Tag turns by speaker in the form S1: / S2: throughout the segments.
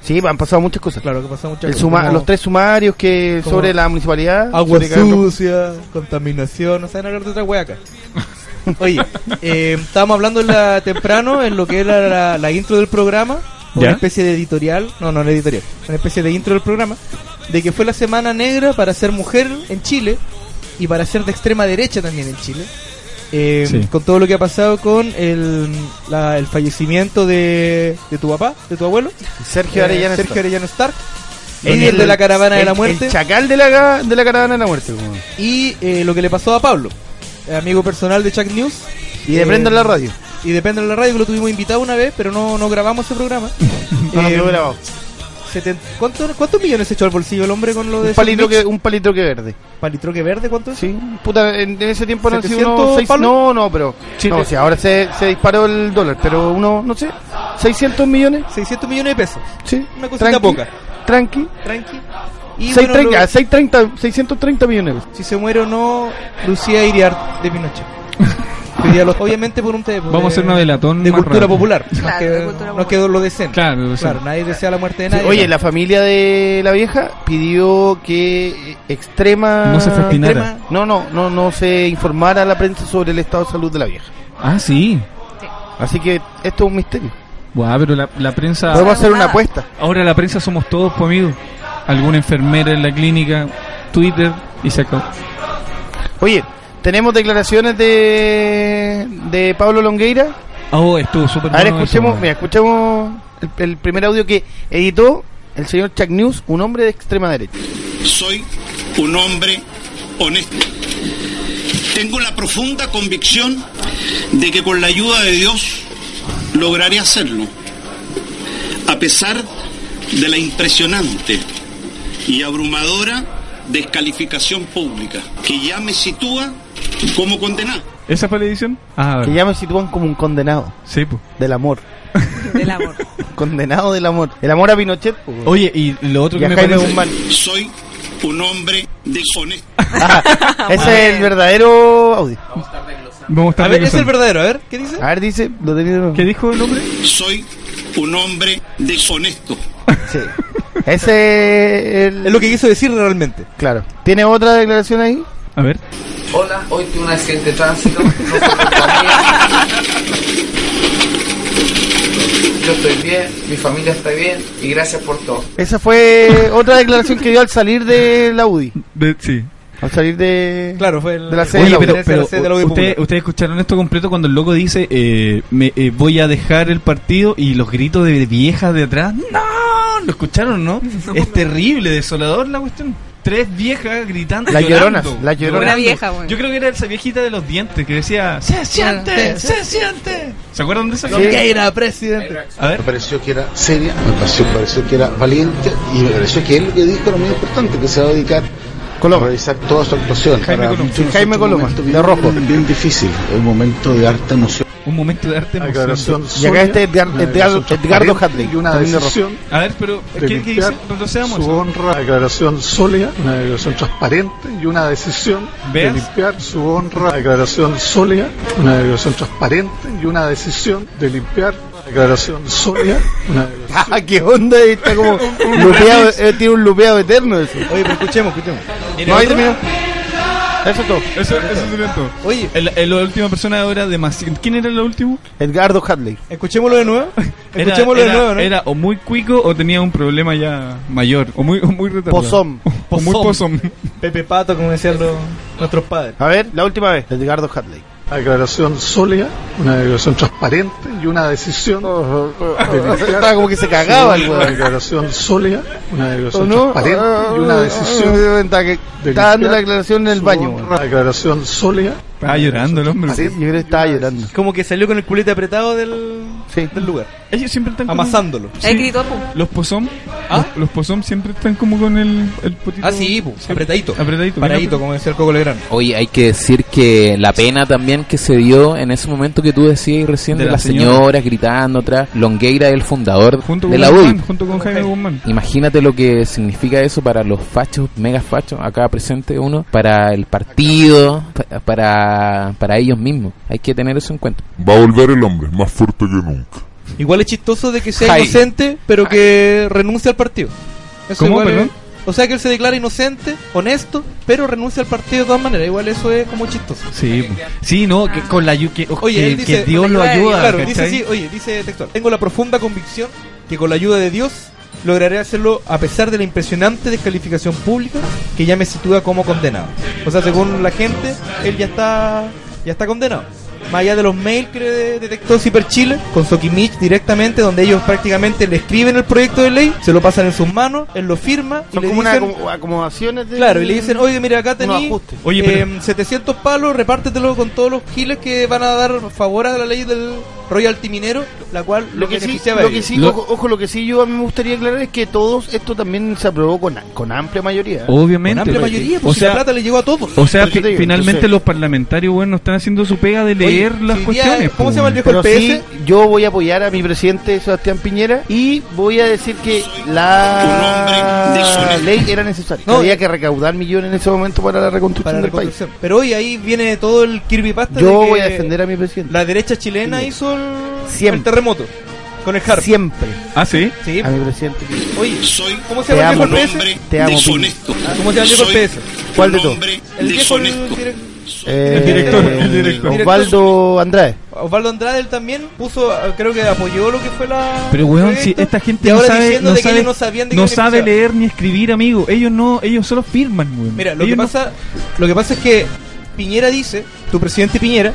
S1: Sí, han pasado muchas cosas.
S2: Claro que pasa muchas
S1: El
S2: cosas.
S1: suma-
S2: como
S1: Los tres sumarios que
S2: como
S1: sobre la municipalidad.
S2: Agua
S1: sobre Carlos-
S2: sucia, contaminación, no saben hablar de otra wea acá. Oye, eh, estábamos hablando en la, temprano en lo que era la, la intro del programa, una
S3: ¿Ya?
S2: especie de editorial, no, no, no editorial, una especie de intro del programa, de que fue la semana negra para ser mujer en Chile y para ser de extrema derecha también en Chile. Eh,
S3: Sí.
S2: Con todo lo que ha pasado con el, la- el fallecimiento de, de tu papá, de tu abuelo,
S1: Sergio
S2: eh,
S1: Arellano.
S2: Sergio
S1: Stark.
S2: Arellano Stark,
S1: El-
S2: líder de la caravana de
S1: el-
S2: la muerte.
S1: El chacal de la, ga- de la caravana de la muerte. como.
S2: y eh, lo que le pasó a Pablo, eh, amigo personal de Chuck News.
S1: Y de
S2: Eh,
S1: prendan la radio.
S2: Y de Prenda en la radio, que lo tuvimos invitado una vez, pero no, no grabamos ese programa.
S1: No, no
S2: Eh,
S1: quedó grabado.
S2: seten- ¿cuánto- ¿Cuántos millones se echó al bolsillo el hombre con lo de
S1: Un
S2: Chuck
S1: palito,
S2: News?
S1: que, un palito que verde.
S2: palitroque verde? ¿Cuánto es?
S1: Sí, puta, en, en ese tiempo no han sido
S2: 700
S1: unos seis-
S2: palos.
S1: No, no, pero.
S2: Sí,
S1: no,
S2: te-
S1: o sea, ahora se, se disparó el dólar, pero uno, no sé, 600 millones.
S2: 600 millones de pesos.
S1: Sí,
S2: Una cosita poca.
S1: Tranqui.
S2: Tranqui. Y
S1: 630,
S2: bueno, lo-
S1: 630, 630 millones de pesos.
S2: si se muere o no, Lucía Iriart de Pinochet. Sería lo- obviamente por un tema
S3: Vamos a hacer una delatón
S2: de
S3: más
S2: cultura
S3: rápido.
S2: popular. Nos
S4: Claro,
S2: quedó-
S4: de cultura
S2: Nos quedó lo decente.
S3: Claro,
S2: claro
S3: lo decente.
S2: nadie desea la muerte de nadie.
S1: Oye, la familia de la vieja pidió que eh, extrema.
S3: No se festinara.
S1: extrema- No, no, no, no se informara a la prensa sobre el estado de salud de la vieja.
S3: Ah, sí.
S1: Así que esto es un misterio.
S3: Guau, pero la, la prensa.
S1: Podemos hacer una
S4: nada.
S1: apuesta.
S3: Ahora la prensa somos todos, pues, amigo. Alguna enfermera en la clínica, Twitter y se acabó.
S1: Oye, tenemos declaraciones de, de Pablo Longueira.
S3: Oh, estuvo súper
S1: Ahora
S3: bueno eso,
S1: escuchemos,
S3: weón.
S1: mira, escuchemos el, el primer audio que editó el señor Chuck News, un hombre de extrema derecha.
S5: soy un hombre honesto. Tengo la profunda convicción de que con la ayuda de Dios lograré hacerlo, a pesar de la impresionante y abrumadora descalificación pública que ya me sitúa como condenado.
S3: ¿Esa fue la edición? Ah,
S1: Que ya me sitúan como un condenado
S3: sí, pues.
S1: del amor.
S4: Del amor.
S1: Condenado del amor. El amor a Pinochet. po.
S3: Oye, y lo otro
S1: y
S3: que
S1: a
S3: me
S1: Jaime
S3: parece...
S1: Guzmán.
S5: Soy un hombre deshonesto.
S1: Ajá, ese es el verdadero audio.
S3: Vamos a,
S2: A ver, es el verdadero,
S3: verdadero.
S2: a ver, ¿qué dice?
S1: A ver, dice, lo tenía de nuevo.
S3: ¿Qué dijo el hombre?
S5: Soy un hombre deshonesto.
S1: Sí. Ese es el-
S2: Es lo que quiso decir realmente.
S1: Claro. ¿Tiene otra declaración ahí?
S3: A ver.
S6: Hola, hoy tuve un accidente de tránsito. no fue culpa mía. Yo estoy bien, mi familia está bien y gracias por todo.
S1: Esa fue otra declaración que dio al salir de la UDI.
S3: De- sí.
S1: Al salir de...
S2: Claro, fue el,
S1: De la
S2: el-
S1: Sí,
S3: Oye,
S1: la
S3: pero,
S2: pertenece a la
S3: pero
S2: sede de la UDI
S3: ustedes,
S2: Popular.
S3: ustedes escucharon esto completo cuando el loco dice eh, me, eh, voy a dejar el partido y los gritos de viejas de atrás. ¡No! ¿Lo escucharon, no? Es terrible, desolador la cuestión. Tres viejas gritando.
S1: Las
S3: llorando,
S1: lloronas, las lloronas.
S3: llorando.
S4: Una vieja, güey.
S3: Yo creo que era esa viejita de los dientes que decía: ¡Se siente!
S4: Claro, sí,
S3: ¡Se siente! ¿Se acuerdan de esa?
S1: Sí.
S2: Longueira, presidente.
S3: A ver.
S7: Me pareció que era seria, me pareció, pareció que era valiente y me pareció que él lo que dijo era muy importante, que se va a dedicar a
S1: Coloma.
S7: revisar toda su actuación.
S3: Jaime
S7: Para
S3: Coloma.
S7: muchos de
S1: Jaime
S7: nosotros un
S1: Coloma,
S7: momento
S1: de rojo.
S7: Bien, bien difícil, un momento de harta emoción.
S3: Un momento de arte
S7: Una
S3: emoción.
S7: declaración
S1: Y acá
S7: sólida,
S1: este Edgar-
S7: una
S1: Edgar-
S7: declaración
S1: Edgardo
S7: transparente
S1: Hadley,
S7: Y una
S1: también de rojo.
S7: decisión
S3: A ver, pero.
S7: de
S3: ¿Qué, qué dice?
S7: limpiar
S3: Retrocedamos.
S7: su honra, una declaración sólida, una declaración transparente y una decisión
S3: ¿Veas?
S7: de limpiar su honra, una declaración sólida, una declaración transparente y una decisión de limpiar, una declaración sólida, una declaración
S1: Ah, ¿Qué onda? Está como lupeado, eh, tiene un lupeado eterno eso.
S2: Oye, pero escuchemos, escuchemos.
S3: ¿Tiene
S1: No, ahí
S3: otro?
S1: terminó. Eso es todo.
S3: Eso, eso es lento.
S2: Oye,
S3: El- el- la última persona ahora de más. ¿Quién era el último?
S1: Edgardo Hadley.
S2: escuchémoslo de nuevo.
S3: Era-
S2: Escuchémoslo
S3: era-
S2: de nuevo, ¿no?
S3: Era o muy cuico o tenía un problema ya mayor. O muy, o muy retardado.
S1: Pozón.
S3: O muy pozón.
S2: Pepe Pato, como decían los- nuestros padres.
S1: A ver, la última vez. Edgardo Hadley.
S7: Una declaración sólida, una declaración transparente y una decisión.
S1: Estaba como que se cagaba el
S7: Una
S1: weón.
S7: declaración sólida, una
S1: ¿O
S7: declaración
S1: no? Ah,
S7: transparente y una decisión. de
S1: Estaba que- estaba dando
S7: limpiar
S1: la declaración en el
S7: su
S1: baño.
S7: honra.
S1: weón.
S7: Una declaración sólida.
S3: Estaba llorando el hombre.
S1: Sí, Yo creo que estaba llorando.
S2: Como que salió con el culete apretado del,
S1: Sí.
S2: del lugar,
S3: Ellos siempre están como-
S2: amasándolo.
S3: Sí.
S4: Él gritó, pum.
S3: Los pozón.
S2: ¿Ah?
S3: Los, los pozón siempre están como con el, el potito.
S2: Ah, sí, pues, apretadito.
S3: Apretadito.
S2: Paradito, como decía el Coco Legrand.
S6: Oye, hay que decir que la pena también que se dio en ese momento que tú decías recién
S3: De
S6: de,
S3: la
S6: las
S3: señora.
S6: señoras gritando atrás, Longueira es el fundador
S3: Junto
S6: de
S3: con,
S6: la
S3: Guzmán,
S6: UDI.
S3: junto con Jaime Guzmán.
S6: Imagínate lo que significa eso para los fachos, mega fachos, acá presente uno, para el partido, pa- para, para ellos mismos. Hay que tener eso en cuenta.
S8: Va a volver el hombre, más fuerte que nunca.
S2: Igual es chistoso de que sea
S6: Jai.
S2: inocente, pero que renuncie al partido. Eso
S3: ¿Cómo,
S2: igual es-
S3: perdón?
S2: o sea que él se declara inocente, honesto, pero renuncia al partido de todas maneras. Igual eso es como chistoso.
S3: Sí, po. sí, no, que con la ayu- que, ojo,
S2: Oye,
S3: que-
S2: él dice,
S3: que Dios
S2: con
S3: lo
S2: la ayuda de
S3: ayuda.
S2: Dios. Claro, dice
S3: ¿cachai?
S2: así, oye, dice textual. Tengo la profunda convicción que con la ayuda de Dios lograré hacerlo a pesar de la impresionante descalificación pública que ya me sitúa como condenado. O sea, según la gente, él ya está ya está condenado. Más allá de los mails que le detectó Ciper Chile con Sokimich directamente, donde ellos prácticamente le escriben el proyecto de ley, se lo pasan en sus manos, él lo firma y
S1: Son
S2: le
S1: como unas
S2: dicen,
S1: acom- acomodaciones de...
S2: Claro, y le dicen, oye, mira, acá
S1: Unos
S2: tenés
S1: ajustes.
S3: Oye, pero-
S2: em, 700 palos, repártetelo con todos los giles que van a dar favor a la ley del royalty minero, la cual
S1: Lo que, sí,
S2: beneficiaba a
S1: lo que
S2: ellos.
S1: sí,
S3: Lo-
S1: Ojo, ojo, lo que sí yo a mí me gustaría aclarar es que todos esto también se aprobó con, con amplia mayoría.
S2: Con
S3: Obviamente.
S2: amplia
S3: pues.
S2: mayoría,
S3: o
S2: pues si la
S3: sea,
S2: plata le llegó a todos.
S3: o sea
S1: Por eso te
S3: fi-
S1: digo,
S3: finalmente
S1: entonces-
S3: los parlamentarios, bueno, están haciendo su pega de leer
S2: Oye,
S3: las
S2: si hoy día-
S3: cuestiones.
S2: ¿cómo
S3: po,
S2: se llama el
S3: weón.
S1: Pero
S2: viejo? PS.
S1: sí, yo voy a apoyar a mi presidente Sebastián Piñera y voy a decir que la
S5: Un hombre deshonesto.
S1: ley era necesaria.
S2: No. eh,
S1: Había que recaudar millones en ese momento para la reconstrucción
S2: Para la
S1: del país.
S2: reconstrucción. Pero hoy ahí viene todo el Kirby Pasta.
S1: Yo
S2: de que
S1: voy a defender a mi presidente.
S2: La derecha chilena hizo el,
S1: Siempre.
S2: el terremoto con el harp.
S1: Siempre
S3: Ah, sí.
S2: Sí,
S1: a mi presidente.
S2: Oye,
S5: Soy
S2: ¿cómo se llama
S1: Te
S2: el
S5: un
S2: viejo el
S5: hombre
S2: PS?
S1: Te amo,
S5: deshonesto.
S2: ¿Cómo se llama el viejo
S5: Soy
S2: el PS?
S1: ¿Cuál de
S5: un
S1: todos?
S5: hombre
S2: El viejo el
S5: deshonesto.
S2: direct-
S1: Eh,
S3: director, el director.
S1: Osvaldo Andrade.
S2: Osvaldo Andrade él también puso, eh, creo que apoyó lo que fue la.
S3: Pero weón,
S2: proyecto,
S3: si esta gente
S2: y
S3: no
S2: ahora
S3: sabe,
S2: diciendo
S3: no
S2: de que
S3: sabe,
S2: ellos no sabían de
S3: no
S2: qué beneficiaba.
S3: sabe leer ni escribir, amigo. Ellos no, ellos solo firman, weón.
S2: Mira, lo que,
S3: Ellos Mm. no-
S2: pasa, lo que pasa es que Piñera dice, tu presidente Piñera,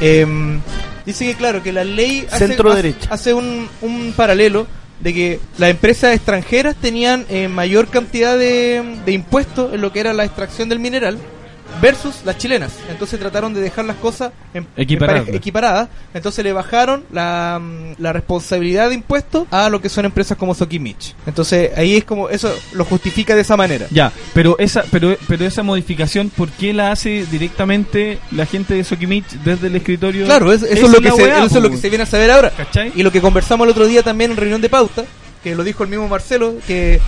S2: em, dice que claro, que la ley hace,
S1: Centro
S2: hace-
S1: derecha.
S2: hace un, un paralelo de que las empresas extranjeras tenían eh, mayor cantidad de, de impuestos en lo que era la extracción del mineral versus las chilenas. Entonces trataron de dejar las cosas en,
S3: Equiparadas.
S2: en pareja- equiparadas. Entonces le bajaron la, mm, la responsabilidad de impuestos a lo que son empresas como Sokimich. Entonces ahí es como, eso lo justifica de esa manera.
S3: Ya, pero esa, pero, pero esa modificación, ¿por qué la hace directamente la gente de Sokimich desde el escritorio?
S2: Claro, es- eso,
S3: Esa
S2: es lo
S3: la
S2: que se,
S3: weá,
S2: eso es lo
S3: po,
S2: que se viene a saber ahora.
S3: ¿Cachai?
S2: Y lo que conversamos el otro día también en reunión de pauta, que lo dijo el mismo Marcelo, que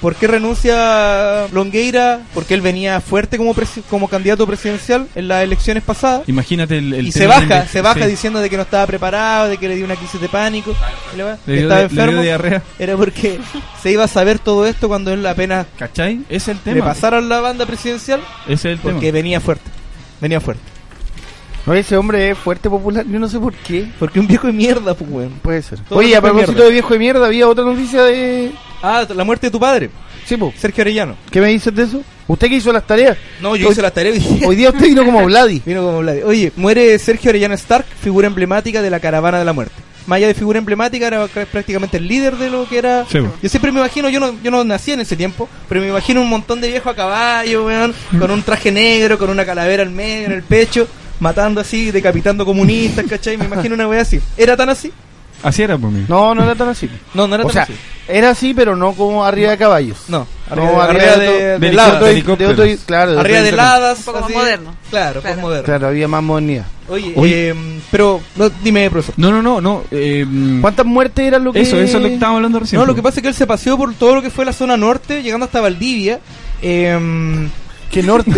S2: por qué renuncia Longueira, porque él venía fuerte como, presi- como candidato presidencial en las elecciones pasadas.
S3: Imagínate el, el
S2: y se
S3: tema del
S2: baja,
S3: index-
S2: se baja
S3: sí.
S2: diciendo de que no estaba preparado, de que le dio una crisis de pánico, y la weá, que
S3: Le dio
S2: estaba
S3: di- le dio
S2: enfermo.
S3: diarrea.
S2: Era porque se iba a saber todo esto cuando él apenas
S3: ¿Cachai? Ese es el
S2: le
S3: tema.
S2: pasaron la banda presidencial,
S3: Ese es el
S2: porque
S3: tema.
S2: venía fuerte. Venía fuerte.
S1: No, ese hombre es fuerte popular, yo no sé por qué.
S2: Porque un viejo de mierda, pues, weón.
S1: Puede ser.
S2: Todo
S1: Oye, a
S2: viejo de
S1: propósito
S2: mierda.
S1: de viejo de mierda, había otra noticia de...
S2: Ah, la muerte de tu padre,
S1: Sí, po.
S2: Sergio Arellano.
S1: ¿Qué me dices de eso? ¿Usted que hizo las tareas?
S2: No, yo
S1: Hoy-
S2: hice las tareas. y-
S1: Hoy día usted vino como Vladi.
S2: Vino como Vladi. Oye, muere Sergio Arellano Stark, figura emblemática de la caravana de la muerte. Más allá de figura emblemática, era cr- prácticamente el líder de lo que era.
S3: Sí, po.
S2: Yo siempre me imagino, yo no, yo no nací en ese tiempo, pero me imagino un montón de viejos a caballo, weón, con un traje negro, con una calavera al medio, en el pecho, matando así, decapitando comunistas, ¿cachai? Me imagino una wea así. ¿Era tan así?
S3: Así era por mí.
S1: No, no era tan así.
S2: No, no era
S1: O
S2: tan
S1: sea,
S2: así.
S1: era así, pero no como arriba de caballos.
S2: No, arriba,
S1: No,
S2: arriba
S1: arriba
S2: de,
S1: de-
S2: de
S3: de
S2: ladas,
S3: helicóptero.
S1: De otro- de otro- claro, de
S2: arriba
S1: otro-
S2: de ladas.
S4: Un poco más
S2: así.
S4: moderno.
S2: Claro, más
S4: Claro.
S2: moderno.
S1: Claro, había más modernidad.
S2: Oye,
S3: Oye.
S2: em, pero no, dime, profesor.
S3: No, no, no, no. eh,
S1: ¿Cuántas muertes eran lo que...?
S3: eso, eso es lo que estábamos hablando recién.
S2: No, lo
S3: po.
S2: que pasa es que él se paseó por todo lo que fue la zona norte, llegando hasta Valdivia. Em,
S1: Que norte.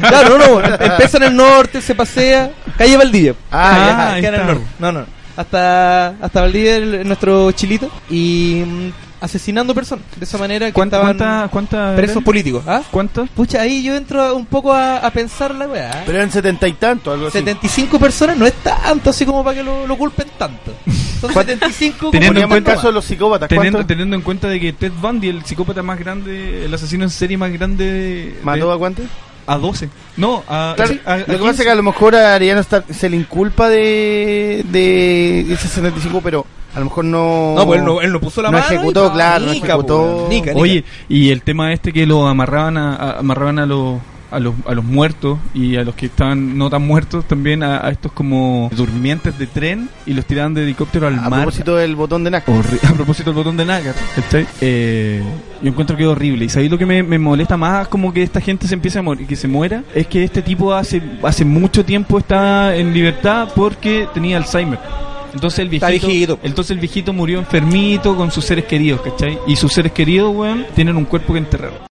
S2: claro, no, no, empieza en el norte, se pasea, calle Valdivia.
S1: ah,
S3: Ah,
S1: ya.
S3: ahí
S2: queda en el
S3: está.
S2: norte. No, no, hasta, hasta Valdivia, el- nuestro chilito, y mm, asesinando personas. De esa manera que
S3: ¿Cuán-
S2: estaban
S3: ¿Cuánta, cuánta,
S2: presos políticos. ¿ah?
S3: ¿Cuántas?
S2: Pucha, ahí yo entro un poco a, a pensar la weá.
S1: Pero eran setenta y tanto, algo así.
S2: 75 personas no es tanto así como para que lo, lo culpen tanto. Son 75 como
S3: Teniendo en
S1: Poníamos el
S3: cuenta-
S1: caso de los psicópatas.
S3: Teniendo,
S1: ¿cuántos?
S3: teniendo en cuenta de que Ted Bundy, el psicópata más grande, el asesino en serie más grande, de-
S1: ¿Mató a cuántos?
S3: a 12. No, eh, a,
S1: Claro,
S3: sí, a-
S1: lo
S3: a
S1: que pasa
S3: 15.
S1: es que a lo mejor a Ariana Stark se le inculpa de, de ese 75, pero a lo mejor no.
S2: No, pues él no, él no puso la
S1: No
S2: mano. y
S1: ejecutó,
S2: pa-
S1: claro, no
S2: nica,
S1: ejecutó.
S2: po, weón, nica, nica.
S3: Oye, y el tema este que lo amarraban a, a- amarraban a los a los, a los muertos y a los que estaban no tan muertos también a, a estos como durmientes de tren y los tiraban de helicóptero al
S1: A
S3: mar
S1: propósito del botón de NAC.
S3: Horri- a propósito del botón de Nagar, ¿cachai? Eh, yo encuentro que es horrible. Y sabéis lo que me, me molesta más, como que esta gente se empiece a morir, que se muera, es que este tipo hace, hace mucho tiempo está en libertad porque tenía Alzheimer. Entonces el
S2: Está
S3: viejito,
S2: viejito.
S3: entonces el viejito murió enfermito con sus seres queridos, ¿cachai? Y sus seres queridos, weón, tienen un cuerpo que enterrar.